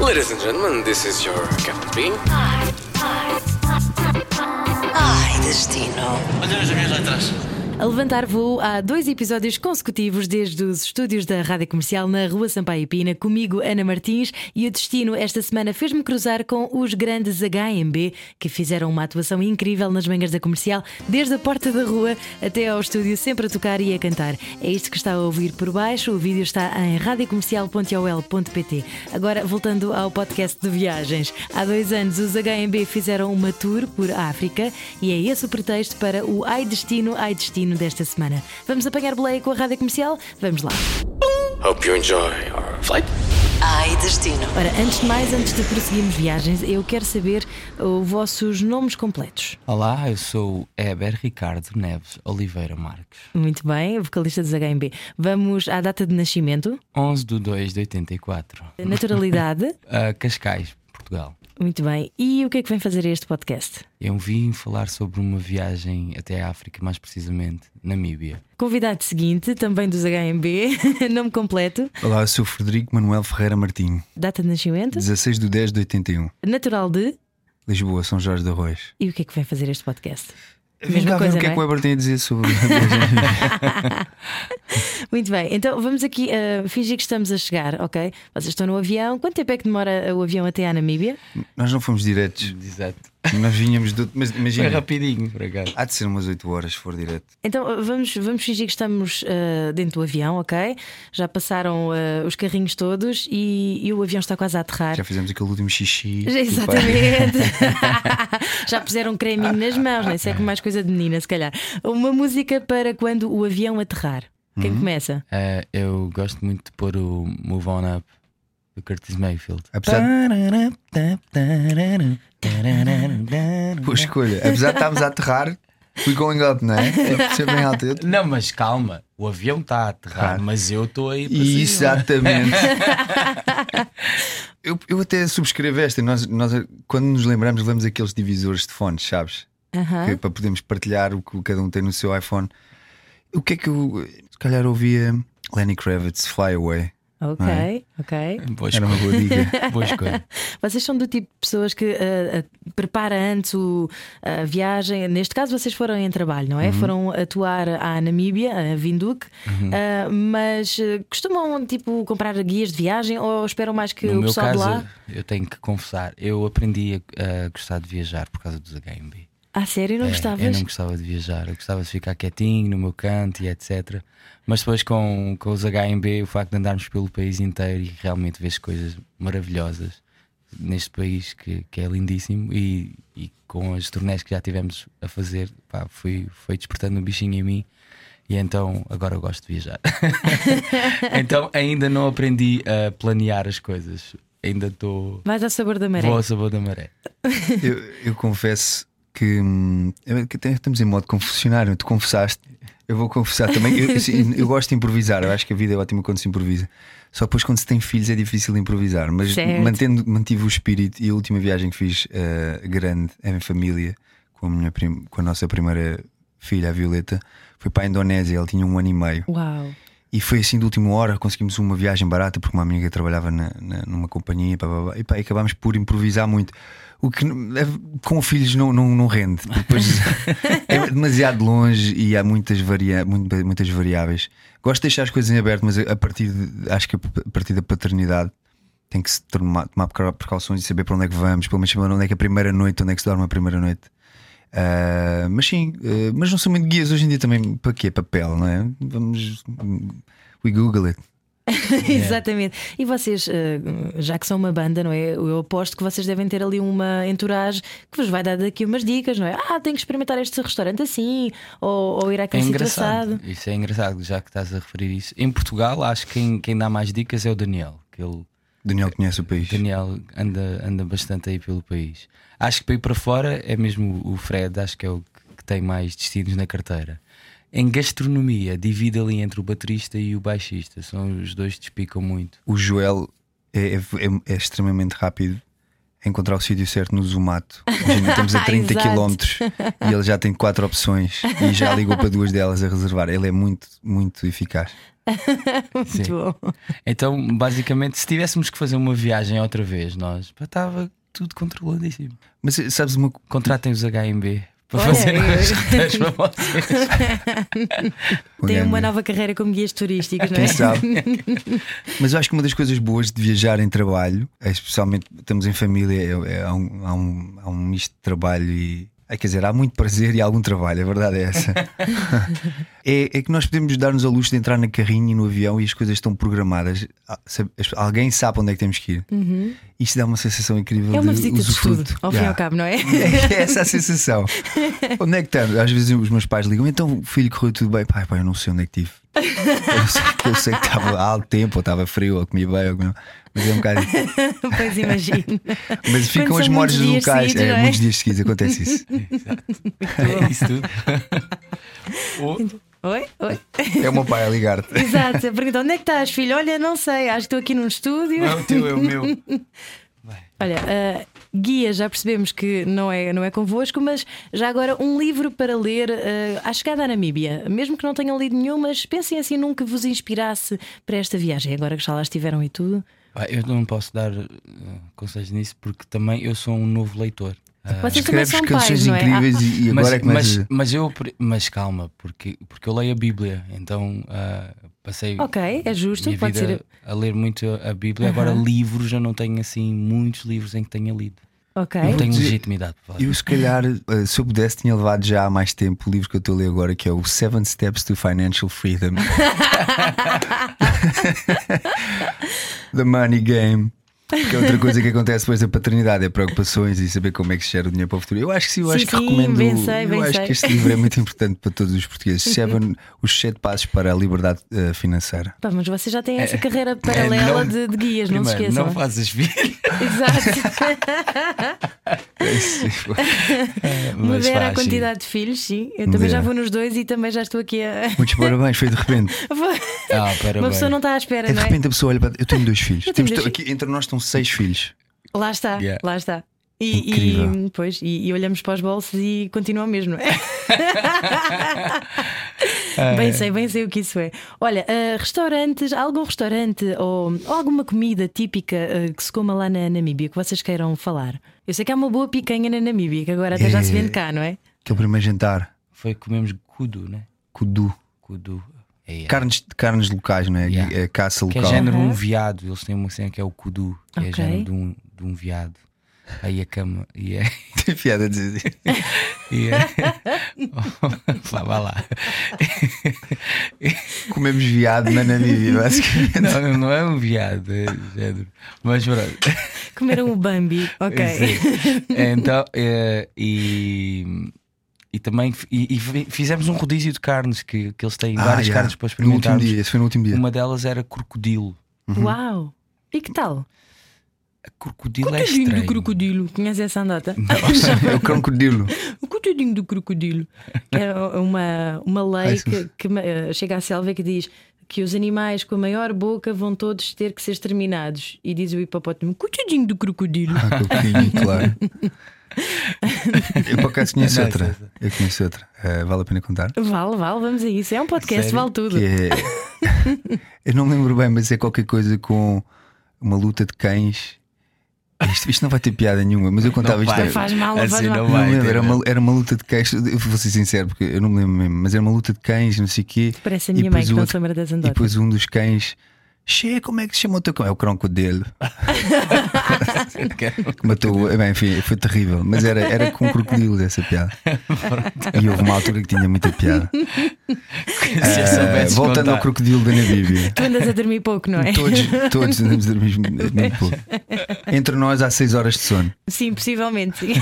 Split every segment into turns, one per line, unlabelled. Ladies and gentlemen, this is your captain speaking.
Ai, destino.
Olha as minhas lá atrás.
A levantar voo há dois episódios consecutivos desde os estúdios da Rádio Comercial na Rua Sampaio Pina, comigo Ana Martins e o destino esta semana fez-me cruzar com os grandes HMB que fizeram uma atuação incrível nas manhãs da Comercial, desde a porta da rua até ao estúdio, sempre a tocar e a cantar. É isto que está a ouvir por baixo, o vídeo está em radiocomercial.ol.pt. Agora, voltando ao podcast de viagens. Há dois anos os HMB fizeram uma tour por África e é esse o pretexto para o Ai Destino, Ai Destino desta semana. Vamos apanhar boleia com a rádio comercial? Vamos lá.
Hope you enjoy our flight.
Ai, destino.
Ora, antes de mais, antes de prosseguirmos viagens, eu quero saber uh, os vossos nomes completos.
Olá, eu sou o Heber Ricardo Neves Oliveira Marques,
Muito bem, vocalista dos HMB. Vamos à data de nascimento,
11 de 2 de 84,
naturalidade.
a Cascais, Portugal.
Muito bem. E o que é que vem fazer este podcast?
Eu vim falar sobre uma viagem até a África, mais precisamente Namíbia.
Convidado seguinte, também dos HMB, nome completo,
Olá, eu sou o Frederico Manuel Ferreira Martinho,
data de nascimento,
16 de 10 de 81,
natural de.
Lisboa, São Jorge da Arroz.
E o que é que vem fazer este podcast?
Vem cá ver o que é que o
não
Weber tem a dizer sobre.
Muito bem, então vamos aqui ah, fingir que estamos a chegar, ok? Vocês estão no avião. Quanto tempo é que demora o avião até à Namíbia?
Nós não fomos diretos,
Exato.
nós vinhamos do. Mas
Foi
imagina,
rapidinho, por acaso.
há de ser umas 8 horas se for direto.
Então ah, vamos, vamos fingir que estamos ah, dentro do avião, ok? Já passaram ah, os carrinhos todos e, e o avião está quase a aterrar.
Já fizemos aquele último xixi. tipo,
Já- Exatamente. Já puseram creminho nas mãos, não é? Isso é que mais coisa de menina, se calhar. Uma música para quando o avião aterrar. Quem começa?
Ah, eu gosto muito de pôr o Move On Up do Curtis Mayfield.
Apesar Boa escolha. Apesar de estarmos a aterrar, fui going up, não é? É por ser bem alto. Eu-
Não, mas calma, o avião está a aterrar,
Claro.
mas eu estou
Assim,
aí para
é?
cima.
Exatamente. eu, eu até subscrevo esta. Nós, nós, quando nos lembramos, lemos aqueles divisores de fontes, sabes?
Aham.
Que é para podermos partilhar o que cada um tem no seu iPhone. O que é que eu, se calhar, ouvia Lenny Kravitz, Fly Away?
Ok,
é?
ok.
Boa
Era uma
escolha.
boa dica.
Boa escolha.
Vocês são do tipo de pessoas que ah, ah, prepara antes o- a viagem. Neste caso, vocês foram em trabalho, não é?
Uhum.
Foram atuar à Namíbia, a Vinduque, Ah, mas ah, costumam tipo comprar guias de viagem ou esperam mais que
No
o
meu
pessoal de
caso,
lá?
eu tenho que confessar, eu aprendi a, a gostar de viajar por causa dos HMB.
Ah, sério, não
É,
gostavas?
eu não gostava de viajar, eu gostava de ficar quietinho no meu canto e etc. Mas depois com, com os HMB, o facto de andarmos pelo país inteiro e realmente vês coisas maravilhosas neste país que, que é lindíssimo e, e com as turnés que já tivemos a fazer, pá, fui, foi despertando um bichinho em mim e então agora eu gosto de viajar. então ainda não aprendi a planear as coisas, ainda estou.
Vais ao sabor da maré.
Vou ao sabor da maré.
Eu, eu confesso que, hum, eu- que até estamos em modo confessionário. Tu confessaste, eu vou confessar também. Eu, assim, eu gosto de improvisar, eu acho que a vida é ótima quando se improvisa. Só depois, quando se tem filhos, é difícil improvisar. Mas
Certo.
mantendo, mantive o espírito. E a última viagem que fiz eh, grande em família com a, minha prim- com a nossa primeira filha, a Violeta, foi para a Indonésia. Ela tinha um ano e meio.
Uau!
E foi assim de última hora, conseguimos uma viagem barata porque uma amiga trabalhava na- na- numa companhia pá, pá, pá, e, pá, e acabámos por improvisar muito. O que n- é- com filhos não, não, não rende, porque depois é demasiado longe e há muitas, varia, muita- muitas variáveis. Gosto de deixar as coisas em aberto, mas a a partir de- acho que a partir da paternidade tem que se tomar, tomar precau- precauções e saber para onde é que vamos, pelo menos saber onde é que é a primeira noite, onde é que se dorme a primeira noite. Ah, mas sim, ah, mas não são muito guias hoje em dia também. Para quê? Papel, não é? Vamos. We Google it.
Exatamente. E vocês, eh, já que são uma banda, não é? Eu aposto que vocês devem ter ali uma entourage que vos vai dar daqui umas dicas, não é? Ah, tenho que experimentar este restaurante assim, ou,
É
ou ir àquele sítio assado.
Isso é engraçado, já que estás a referir isso. Em Portugal, acho que quem, quem dá mais dicas é o Daniel. Que ele,
É,
Daniel conhece o país.
Daniel anda, anda bastante aí pelo país. Acho que para ir para fora é mesmo o Fred, acho que é o que- que tem mais destinos na carteira. Em gastronomia, divide ali entre o baterista e o baixista. São os dois que despicam muito.
O Joel é, é- é- é extremamente rápido. encontrar o sítio certo no Zumato. Imagina, estamos a 30
Exato.
km e ele já tem quatro opções e já ligou para duas delas a reservar. Ele é muito, muito eficaz.
Muito
Sim.
bom.
Então, basicamente, se tivéssemos que fazer uma viagem outra vez, nós pá, estava tudo controladíssimo.
Mas sabes uma, co-
Contratem os HMB para
Olha,
fazer
eu-
as roteiros para vocês.
Tem uma
Olhando-
nova carreira como guias turísticos, não é?
Quem sabe? Mas eu acho que uma das coisas boas de viajar em trabalho, é especialmente estamos em família, é, é- há, um, há, um, há um misto de trabalho e. é, quer dizer, há muito prazer e algum trabalho, a verdade é essa. é, é que nós podemos dar-nos a luxo de entrar na carrinha e no avião e as coisas estão programadas. Ah, sabe- as- Alguém sabe onde é que temos que ir. Isto dá uma sensação incrível
Uhum. É uma
de
visita de estudo,
usufruto.
ao fim e
Yeah.
ao cabo, não é?
É essa a sensação. Onde é que estamos? Às vezes os meus pais ligam, então filho, correu tudo bem? Pai, pai, eu não sei onde é que estive. Eu sei, eu sei que estava há alto tempo, ou estava frio, ou comia bem, ou comia... mas é um bocado.
pois imagino.
Mas ficam
Quando
as
são
memórias
muitos dias
locais.
seguidos,
é,
não é?
muitos dias seguidos acontece isso.
É isso tudo. Ou-
Oi? Oi?
É o meu pai a ligar-te.
Exato, a pergunta: onde é que estás, filho? Olha, não sei, acho que estou aqui num estúdio.
não é o teu, é o meu.
Olha, ah, guia, já percebemos que não é, não é convosco, mas já agora um livro para ler ah, à chegada à Namíbia. Mesmo que não tenham lido nenhum, mas pensem assim num que vos inspirasse para esta viagem, agora que já lá estiveram e tudo.
Pá, Eu não posso dar eh, conselhos nisso porque também eu sou um novo leitor. Ah,
Vocês também
Escreves
são pais,
canções
não é?
incríveis e, e agora
mas,
é que começas
mas, mas eu pre- mas calma, porque, porque eu leio a Bíblia, então ah, passei
Ah, ok, é justo,
minha
pode
vida
ser.
a ler muito a Bíblia. Agora, livros, eu não tenho assim muitos livros em que tenha lido.
Ah, Ok.
Não tenho
dizer-
legitimidade para falar.
Eu, se calhar, eh, se eu pudesse, tinha levado já há mais tempo o livro que eu estou a ler agora, que é o Seven Steps to Financial Freedom. The Money Game. Que é outra coisa que acontece depois da paternidade, é preocupações e saber como é que se gera o dinheiro para o futuro. Eu acho que sim, eu
Sim,
acho que
sim,
recomendo.
bem sei,
eu
bem
acho
sei.
que este livro é muito importante para todos os portugueses. Seven, os sete passos para a liberdade eh, financeira.
Pá, mas vocês já têm essa carreira paralela
É, não-
de, de guias,
Primeiro,
não se esqueçam.
não fazes filhos,
Exato.
mas
Mudera a
faz, sim.
quantidade de filhos, sim. Eu também
Modera.
já vou nos dois e também já estou aqui a.
Muitos parabéns, foi de repente.
Ah,
Uma
parabéns.
pessoa não está à espera,
É de
não é?
repente a pessoa olha para. Eu tenho dois filhos.
Eu tenho
Temos-
dois
aqui, entre nós estão seis filhos.
Lá está,
Yeah.
lá está. E,
Incrível.
e, pois, e, e olhamos para os bolsos e continua o mesmo, não é? bem sei, bem sei o que isso é. Olha, ah, restaurantes, há algum restaurante ou, ou alguma comida típica ah, que se coma lá na Namíbia que vocês queiram falar? Eu sei que há uma boa picanha na Namíbia, que agora até já se vende cá, não é?
Aquele primeiro jantar,
Foi comemos kudu, né?
kudu.
Kudu. É, é.
Carnes, carnes locais, não é?
Yeah.
É caça
Que é
local.
género de
Aham.
um viado. Eles têm uma cena que é o kudu, que
Ok.
é género de um, de um viado. Aí a cama. E é.
Tem piada a dizer.
E é. Vá, vá lá.
Comemos viado na Namíbia, basicamente.
Não, não é um viado, é género. Mas pronto.
Comeram o Bambi, ok.
Sim. Então, eh, e. E também f- e, e fi- fizemos um rodízio de carnes que, que eles têm
Ah,
várias
yeah.
carnes para
No último
experimentarmos.
dia, esse foi no último dia.
Uma delas era crocodilo.
Uau! E que tal?
A crocodilo é
Coitadinho
estranho.
do crocodilo, conhece essa andota?
É o crocodilo.
O Um coitadinho do crocodilo. Era uma, uma
Ai,
lei
sim.
que, que, eh, chega à selva e que diz que os animais com a maior boca vão todos ter que ser exterminados. E diz o hipopótamo: coitadinho do crocodilo.
Ah, crocodilo, claro. Eu por acaso conheço
Não, é
outra.
sim,
Eu conheço outra. Eh, vale a pena contar?
Vale, vale, vamos a isso. É um podcast,
Sério?
vale tudo.
Que é. Eu não me lembro bem, mas é qualquer coisa com uma luta de cães. Isto, isto não vai ter piada nenhuma, mas eu contava isto.
vai.
Não faz mal, não
Assim
faz mal.
não
Não
vai,
me lembro, era
entendeu?
uma, era uma luta de cães, eu vou ser sincero, porque eu não me lembro mesmo, mas era uma luta de cães, não sei o quê.
Parece a
e
minha mãe
depois
que
o
não se
outro-
lembra das
E
andotas.
depois um dos cães, che, como é que se chama o teu cão? É o crocodilo. que matou, bem, enfim, foi terrível, mas era, era com crocodilos essa piada. e houve uma altura que tinha muita piada.
Se eu
Eh,
soubesse
voltando
contar.
ao crocodilo da Namíbia.
Tu andas a dormir pouco, não é?
Todos, todos andamos a dormir muito muito pouco. Entre nós há 6 horas de sono.
Sim, possivelmente. Sim.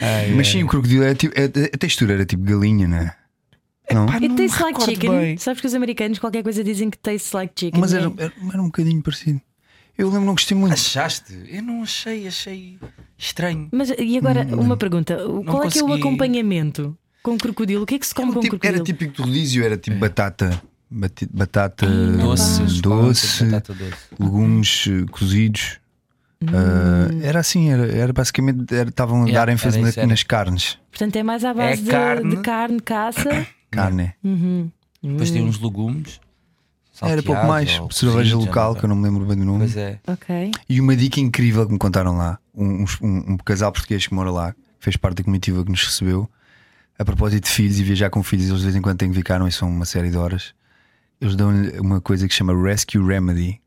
Ai,
Mas sim, o crocodilo era tipo. é- é- A textura era tipo galinha, não é? Não?
ai.
It
Não me
tastes like
recordo
chicken.
bem.
Sabes que os americanos qualquer coisa dizem que tastes like chicken.
Mas era,
né?
era, era um bocadinho parecido. Eu lembro, não gostei muito.
Achaste? Eu não achei, achei estranho.
Mas e agora
Hum.
uma pergunta: O- qual é que é o
consegui.
acompanhamento com crocodilo? O que é que se come com
Tipo-
crocodilo?
era típico do rodízio, era
É.
tipo batata. bati- Batata
Doce,
doce,
é batata doce.
legumes eh, cozidos. Ah, era assim, era, era basicamente era- estavam a
Yeah,
dar ênfase
era
na-
isso, era.
nas carnes.
Portanto, é mais à base de-
carne.
De, carne, caça.
Carne.
Depois tinha uns legumes.
Era pouco
salteados
mais.
ou
Cerveja
cozidos,
local, que eu não me lembro bem do nome.
Pois é.
ok.
E uma dica incrível que me contaram lá. Um, uns- um- um casal português que mora lá, que fez parte da comitiva que nos recebeu. A propósito de filhos e viajar com filhos, eles de vez em quando têm que ficar, não é? são uma série de horas. Eles dão-lhe uma coisa que se chama Rescue Remedy,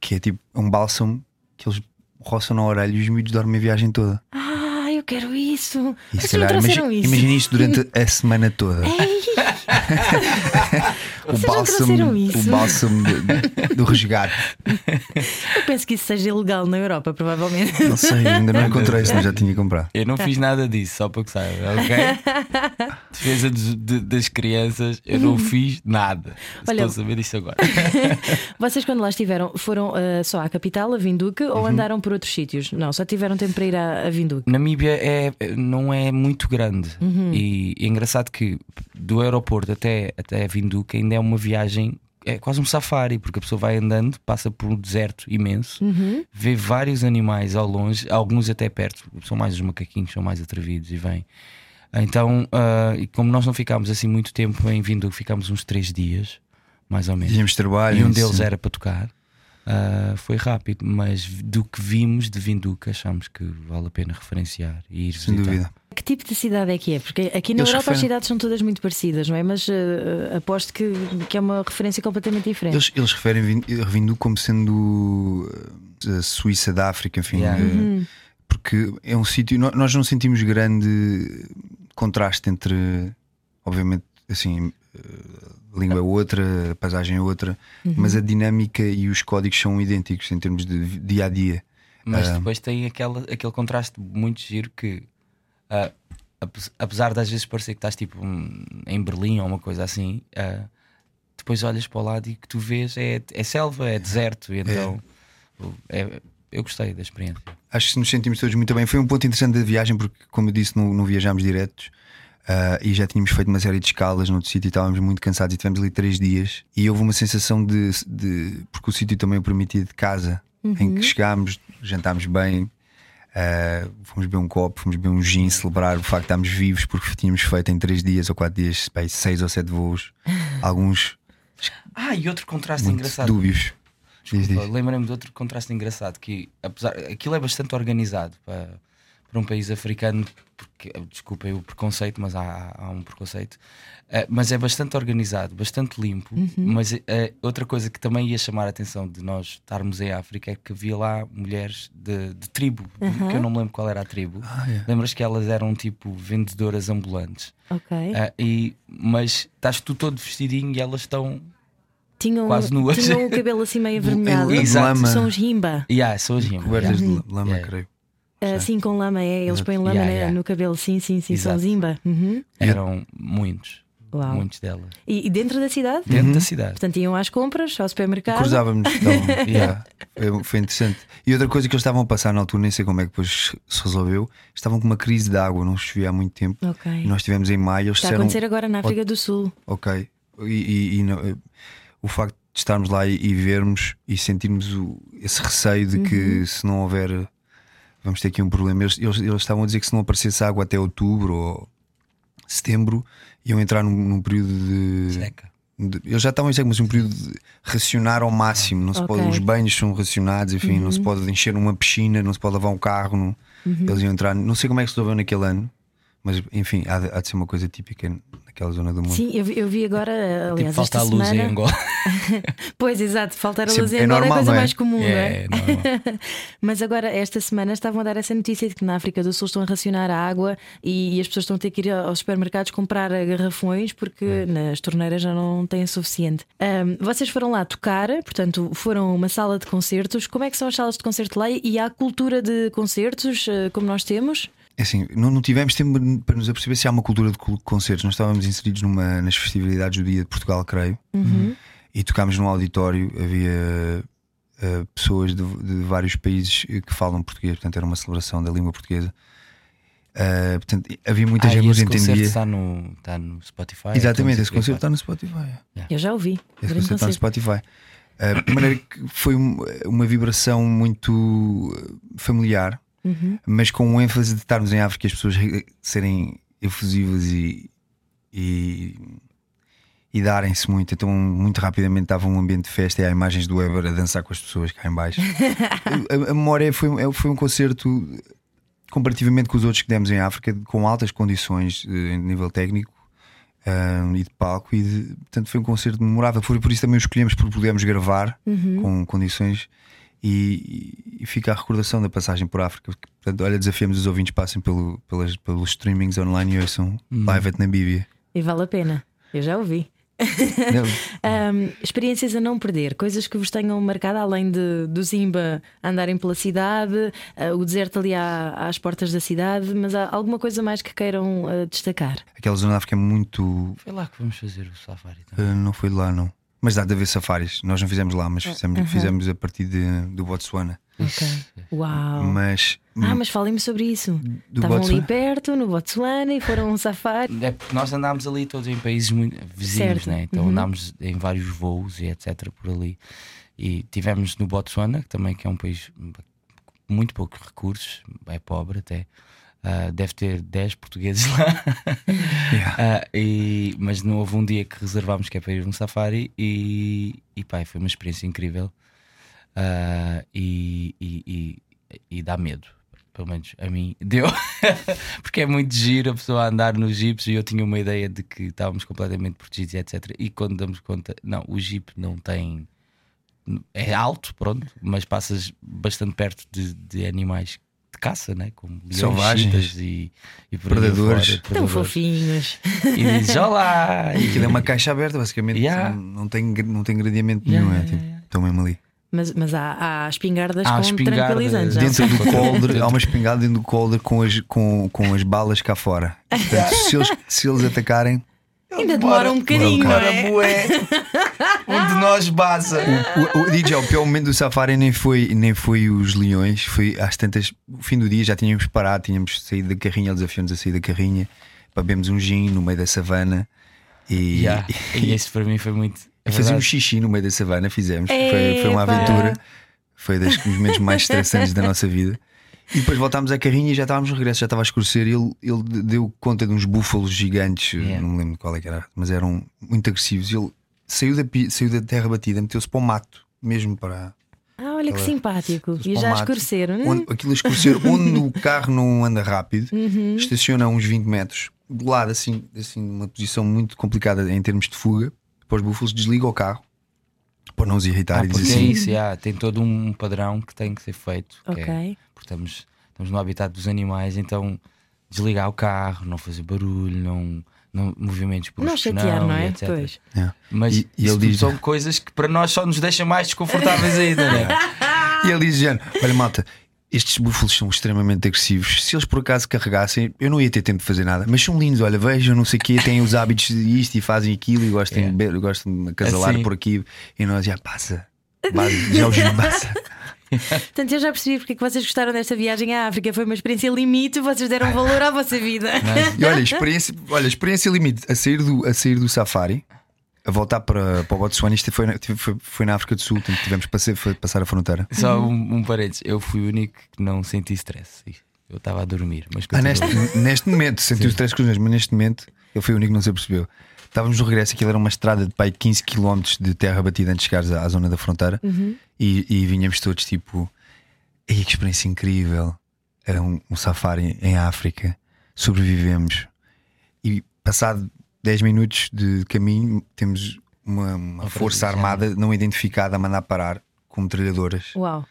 que é tipo um bálsamo que eles roçam na orelha e os miúdos dormem a viagem toda.
Ah, eu quero isso.
E
Mas
se
não
calhar,
trouxeram
imagina,
isso. É,
imagina isto durante a semana toda. o
Vocês não trouxeram
o
isso?
bálsamo do, do resgate.
Eu penso que isso seja ilegal na Europa, provavelmente.
Não sei, ainda não encontrei, senão já tinha comprado.
Eu não fiz nada disso, só para que saiba, ok? Defesa dos- de- das crianças, eu não fiz nada.
Olha-
Estou a saber disso agora.
Vocês, quando lá estiveram, foram ah, só à capital, a Vinduque,
Uhum.
ou andaram por outros sítios? Não, só tiveram tempo para ir à, à Vinduque.
Namíbia é, não é muito grande e, é engraçado que do aeroporto até, até Vinduque ainda é uma viagem, é quase um safari, porque a pessoa vai andando, passa por um deserto imenso, vê vários animais ao longe, alguns até perto, são mais os macaquinhos, são mais atrevidos e vêm. Então, ah, e como nós não ficámos assim muito tempo em Vinduque, ficámos uns três dias, mais ou menos.
Tínhamos trabalho.
E um
isso.
deles era para tocar. Ah, foi rápido, mas do que vimos de Vinduca achamos que vale a pena referenciar e ir
Sem
visitar.
dúvida.
Que tipo de cidade é que é? Porque aqui na
Eles
Europa as
referem-
cidades são todas muito parecidas, não é? Mas ah, ah, aposto que, que é uma referência completamente diferente.
Eles, eles referem Vin- Vindu como sendo eh, a Suíça da África, enfim.
Yeah.
eh, Porque é um sítio. nó- Nós não sentimos grande contraste entre. Obviamente, assim. eh, a Língua é outra, a paisagem é outra, mas a dinâmica e os códigos são idênticos em termos de vi- dia a dia.
Mas
Ah.
depois tem aquela, aquele contraste muito giro que, ah, ape- apesar das vezes parecer que estás tipo um- em Berlim ou uma coisa assim, ah, depois olhas para o lado e o que tu vês é, é selva, é deserto. E então é- eu gostei da experiência.
Acho que nos sentimos todos muito bem. Foi um ponto interessante da viagem, porque, como eu disse, não, não viajámos diretos ah, e já tínhamos feito uma série de escalas noutro sítio e estávamos muito cansados e tivemos ali três dias. E houve uma sensação de. de- porque o sítio também o permitia de casa, em
Uhum.
que chegámos, jantámos bem, ah, fomos beber um copo, fomos beber um gin, celebrar o facto de estarmos vivos, porque tínhamos feito em três dias ou quatro dias, bem, seis ou sete voos, alguns
Ah, e outro contraste
muito
engraçado.
dúbios. Diz,
Desculpa,
diz.
Lembrei-me de outro contraste engraçado que apesar, aquilo é bastante organizado para, para um país africano, porque desculpem o preconceito, mas há, há um preconceito, eh, mas é bastante organizado, bastante limpo.
Uhum.
Mas eh, outra coisa que também ia chamar a atenção de nós estarmos em África é que havia lá mulheres de, de tribo,
Uhum.
que eu não me lembro qual era a tribo.
Ah, é.
Lembras que elas eram tipo vendedoras ambulantes,
Ok.
Eh, e, mas estás tu todo vestidinho e elas estão
tinham, um
quase nuas.
tinham o cabelo assim meio avermelhado.
Em
Exato.
lama,
São os rimba.
Yeah, ah, são as rimas, yeah.
cobertas de lama,
Yeah.
creio.
Assim com lama, é. Eles põem lama
Yeah,
né,
yeah.
no cabelo, sim, sim, sim. São
Exato.
zimba. Uhum.
Eram muitos.
Uau.
Muitos delas.
Uhum.
E, e dentro da cidade?
Dentro da cidade.
Portanto, iam às compras, ao supermercado.
Cruzávamos. Então, yeah. Foi- Foi interessante. E outra coisa que eles estavam a passar na altura, nem sei como é que depois se resolveu, estavam com uma crise de água, não chovia há muito tempo.
Ok.
E Nós estivemos em maio, eles
Está a
disseram.
acontecer agora na África do Sul.
Ok. E, e- e não- eh, o facto de estarmos lá e, e vermos e sentirmos o- esse receio de
Uhum.
que se não houver. eh, Vamos ter aqui um problema. Eles, eles- eles estavam a dizer que se não aparecesse água até outubro ou setembro, iam entrar num, num período de.
Seca.
De- Eles já estavam em seco, mas um período de racionar ao máximo. Não se
Ok.
pode, os banhos são racionados, enfim, não se pode encher uma piscina, não se pode lavar um carro. não- Eles iam entrar. Não sei como é que se resolveu naquele ano, mas enfim, há de, há de ser uma coisa típica naquela zona do mundo.
Sim, eu vi, eu vi agora,
Tipo,
aliás,
falta a
esta
luz é.
semana.
em Angola.
Pois, exato, faltar a
Sim,
luz em
é
Angola é a
normal,
coisa
não é?
mais comum,
É,
não é?
normal.
Mas agora, esta semana, estavam a dar essa notícia de que na África do Sul estão a racionar a água e, e as pessoas estão a ter que ir a- aos supermercados comprar eh, garrafões porque
Hum.
nas torneiras já não têm suficiente. Ahm, vocês foram lá tocar, portanto, foram a uma sala de concertos. Como é que são as salas de concerto lá e há cultura de concertos eh, como nós temos?
É assim, não, não tivemos tempo para nos aperceber se há uma cultura de col- concertos. Nós estávamos inseridos numa, nas festividades do Dia de Portugal, creio,
Uhum.
e tocámos num auditório. Havia eh, pessoas de, de vários países eh, que falam português, portanto, era uma celebração da língua portuguesa. Eh, portanto, havia muita
Ah,
gente
e
que nos
esse concerto
entendia.
está no, está no Spotify.
Exatamente, esse
então,
concerto está no Spotify.
Eu já ouvi.
Esse
Grande
concerto tá está no
concerto.
É Spotify. Eh, de maneira que foi um- uma vibração muito eh, familiar, mas com um ênfase de estarmos em África e as pessoas re- serem efusivas e, e, e darem-se muito. Então, muito rapidamente estava um ambiente de festa e há imagens do Weber a dançar com as pessoas cá em baixo. a, a memória foi, é- foi um concerto comparativamente com os outros que demos em África, com altas condições eh, em nível técnico ah, e de palco, e de- portanto foi um concerto memorável. Por, por isso também o escolhemos, porque pudemos gravar com condições e, e fica a recordação da passagem por África. Portanto, olha, desafiamos os ouvintes, passem pelo, pelas, pelos streamings online e ouçam
Uhum.
Live at Namíbia.
E vale a pena. Eu já ouvi.
Não,
Ahm, Hum, experiências a não perder, coisas que vos tenham marcado além de, do Zimba andarem pela cidade, ah, o deserto ali à- às portas da cidade, mas há alguma coisa mais que queiram ah, destacar?
aquela zona da África é muito.
Foi lá que vamos fazer o safari. Então.
ah, não foi lá, não. Mas dá de haver safaris. Nós não fizemos lá, mas fizemos, fizemos a partir de, do Botsuana.
Uau!
Mas.
Ah, mas falem-me sobre isso.
Do
Estavam ali
Botsuana?
perto, no Botsuana, e foram a um safari.
É porque nós andámos ali todos em países muito vizinhos,
Certo. Uhum.
né? então andámos em vários voos e etc. por ali. E tivemos no Botsuana, que também que é um país com muito poucos recursos, é pobre até. Ah, deve ter 10 portugueses lá. Ah, e- mas não houve um dia que reservámos que é para ir num safari e, e pá, foi uma experiência incrível. Ah, e, e, e- e dá medo. Pelo menos a mim deu. Porque é muito giro a pessoa a andar nos jipes e eu tinha uma ideia de que estávamos completamente protegidos e etc. E quando damos conta, não, o jeep não tem. É alto, pronto, mas passas bastante perto de, de animais de caça, né? como leões,
Selvagens.
cheetahs e, e por aí
Predadores.
fora,
Tão
predadores.
fofinhos.
E diz olá! E
Aquilo é uma caixa aberta, basicamente.
Yeah.
Não, não tem, gra- não tem gradeamento
Yeah,
nenhum.
yeah,
é, tipo, Estão mesmo ali.
Mas, mas há, há espingardas
Há
com
espingardas.
tranquilizantes. não é?
Dentro do
Sim.
coldre, há uma espingarda dentro do coldre com as, com, com as balas cá fora. Portanto, se eles, se eles atacarem,
Ainda demora um bocadinho, não é?
um de nós passa.
o, o DJ, o pior momento do safari nem foi, nem foi os leões, foi às tantas. O fim do dia já tínhamos parado, tínhamos saído da carrinha, ele desafiou-nos a sair da carrinha, bebemos um gin no meio da savana e,
E esse para mim foi muito. é
E um fazíamos
verdade.
xixi no meio da savana, fizemos. Foi, foi uma
Epa!
aventura. Foi dos momentos mais estressantes da nossa vida. E depois voltámos à carrinha e já estávamos no regresso, já estava a escurecer. E ele, ele deu conta de uns búfalos gigantes,
Yeah.
não me lembro qual é que era, mas eram muito agressivos. E Ele saiu da, pi- saiu da terra batida, meteu-se para o mato, mesmo para.
Ah, olha que simpático. E
para o
já
mato.
escureceram. Hum,
Onde, aquilo a escurecer, onde o carro não anda rápido,
Hum.
Uhum.
estaciona a uns 20 metros, do lado, assim, assim, numa posição muito complicada em termos de fuga. Depois, os búfalos desliga o carro para não os irritar
Ah,
e
porque
diz
é
assim:
isso, yeah, tem todo um padrão que tem que ser feito. que é-
Ok.
porque estamos, estamos no habitat dos animais, então desligar o carro, não fazer barulho, não, não movimentos por
Não chatear, não é? Pois.
Yeah.
Mas
E- e
isso
ele
tudo
diz-
são coisas que para nós só nos deixam mais desconfortáveis ainda, né?
E ele diz: Jano, olha, malta, estes búfalos são extremamente agressivos. Se eles por acaso carregassem, eu não ia ter tempo de fazer nada, mas são lindos. Olha, vejam, não sei o quê, têm os hábitos de isto e fazem aquilo e gostam, de, beber, gostam de me acasalar
Assim.
por aqui. E nós já passa, Basta, já os passa.
Portanto, eu já percebi porque é que vocês gostaram desta viagem à África. Foi uma experiência limite, vocês deram valor à vossa vida.
E olha, experiência, olha, experiência limite a sair do, a sair do safari. A voltar para, para o Botsuana, isto foi, na- foi, foi na África do Sul, portanto, tivemos que passar, foi passar a fronteira.
Só um, um parênteses, eu fui o único que não senti stress. Eu estava a dormir, mas
Ah,
continua.
neste, neste momento, senti os três cruzões, mas neste momento eu fui o único que não se apercebeu. Estávamos no regresso, aquilo era uma estrada de pai 15 km de terra batida antes de chegares à, à zona da fronteira e, e vinhamos todos tipo, ei, que experiência incrível! É um, um safari em África, sobrevivemos e passado 10 minutos de caminho temos uma, uma
Outra
força
vez, já.
armada não identificada a mandar parar com metralhadoras
Uau.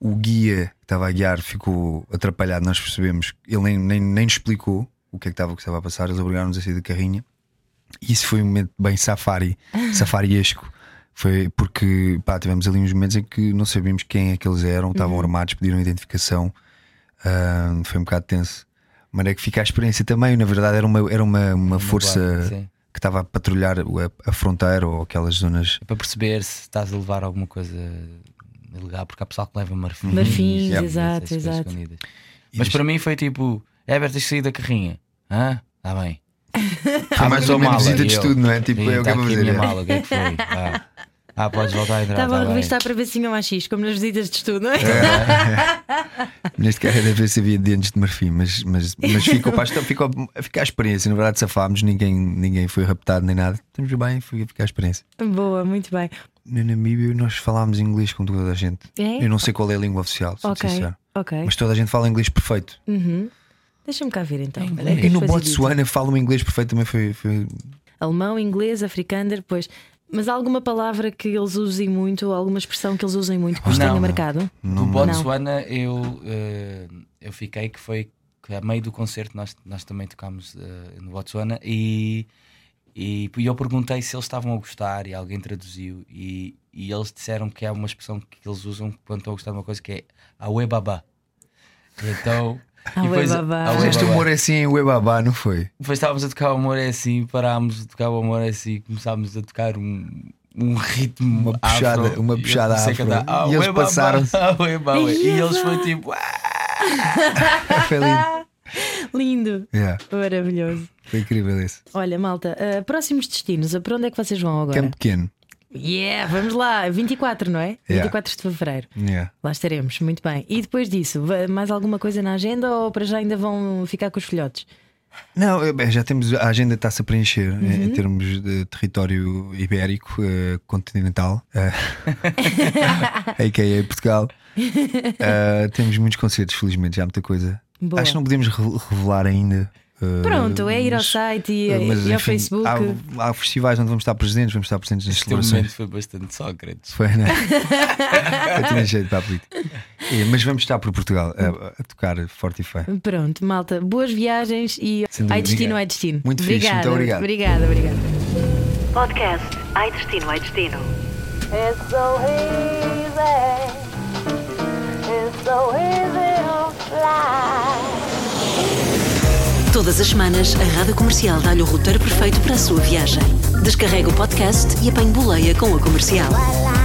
o guia que estava a guiar ficou atrapalhado, nós percebemos, ele nem, nem, nem nos explicou o que é que estava, o que estava a passar, eles obrigaram-nos a sair da carrinha. E Isso foi um momento bem safari, safariesco. Foi porque pá, tivemos ali uns momentos em que não sabíamos quem é que eles eram, estavam
Uhum.
armados, pediram identificação, Ah, foi um bocado tenso. Mas é que fica a experiência também, na verdade era uma, era uma, uma, força
guarda, sim.
que estava a patrulhar a, a fronteira ou aquelas zonas.
É para perceber se estás a levar alguma coisa ilegal, porque há pessoal que leva marfins.
Marfins,
e essas
exato,
coisas
exato.
escondidas. Mas para mim foi tipo: Herbert, tens saído da carrinha. Hã? Está bem.
Foi mais
Ah, uma
ou menos visita de estudo, não é? Tipo, é o que
está
eu vou
tá aqui a
fazer.
minha
é.
mala, o que é que foi? Ah, Ah, podes voltar a entrar.
Estava
tá
a
bem.
revistar para ver se tinha mais X, como nas visitas de estudo, não é?
Neste caso deve ver se havia dentes de marfim, mas, mas, mas ficou, para, a histó- ficou, fica a experiência. Na verdade, safámos, ninguém, ninguém foi raptado nem nada. Estamos bem, fica fica a experiência.
Boa, muito bem.
Na Namíbia, nós falámos inglês com toda a gente.
É?
Eu não sei qual é a língua oficial, sou
Ok,
sincero.
ok.
é. Mas toda a gente fala inglês perfeito.
Deixa-me cá ver então. Olha,
E no
depois eu digo.
Botsuana falam inglês perfeito também. Foi, foi...
Alemão, inglês, africano, depois. Mas há alguma palavra que eles usem muito, ou alguma expressão que eles usem muito, que vos
Não.
tenha marcado?
Do Botsuana eu, eh, eu fiquei que foi que a meio do concerto nós, nós também tocámos eh, no Botsuana e, e, e eu perguntei se eles estavam a gostar e alguém traduziu e, e eles disseram que é uma expressão que eles usam quando estão a gostar de uma coisa que é Aue Baba. Então. e depois-
Auebaba.
Auebaba.
Este humor é assim em Uebabá, não foi?
Depois estávamos a tocar o amor é assim, parámos de tocar o amor é assim, começámos a tocar um, um ritmo,
Uma puxada-
afro,
uma
e eu
puxada
comecei a
afro.
cantar, "Ah,
E eles
ué, babá,
passaram-se.
ah, ué, babá". E
Eba.
eles foi tipo, "Ah".
Foi lindo.
Lindo.
Yeah,
Maravilhoso.
foi incrível esse.
Olha, malta, ah, próximos destinos, a para onde é que vocês vão agora?
Campo pequeno.
Yeah, vamos lá, 24, não é?
Yeah.
24 de fevereiro.
Yeah.
Lá estaremos, muito bem. E depois disso, va- mais alguma coisa na agenda ou para já ainda vão ficar com os filhotes?
Não, eh, bem, já temos a agenda está-se a preencher eh,
Uhum.
em termos de território ibérico, eh, continental, eh, a.k.a. Portugal. Eh, temos muitos concertos, felizmente, já há muita coisa.
Boa.
Acho que não podemos re- revelar ainda. eh,
Pronto, é ir ao
mas-
site e,
eh, mas,
e ao
enfim,
Facebook.
Há, há festivais onde vamos estar presentes, vamos estar presentes nas
Este momento
celebrações.
foi bastante Sócrates.
Foi, né? Eu tinha jeito para a política. Eh, mas vamos estar por Portugal eh, a, tocar forte e feio.
Pronto, malta, boas viagens e
Sem dúvida.
ai destino, ai destino.
Muito fixe,
obrigada,
muito obrigado.
Obrigada, obrigada.
Podcast Ai Destino, Ai Destino.
It's so easy. It's so easy to fly.
Todas as semanas, a Rádio Comercial dá-lhe o roteiro perfeito para a sua viagem. Descarrega o podcast e apanhe boleia com a comercial.
Well, I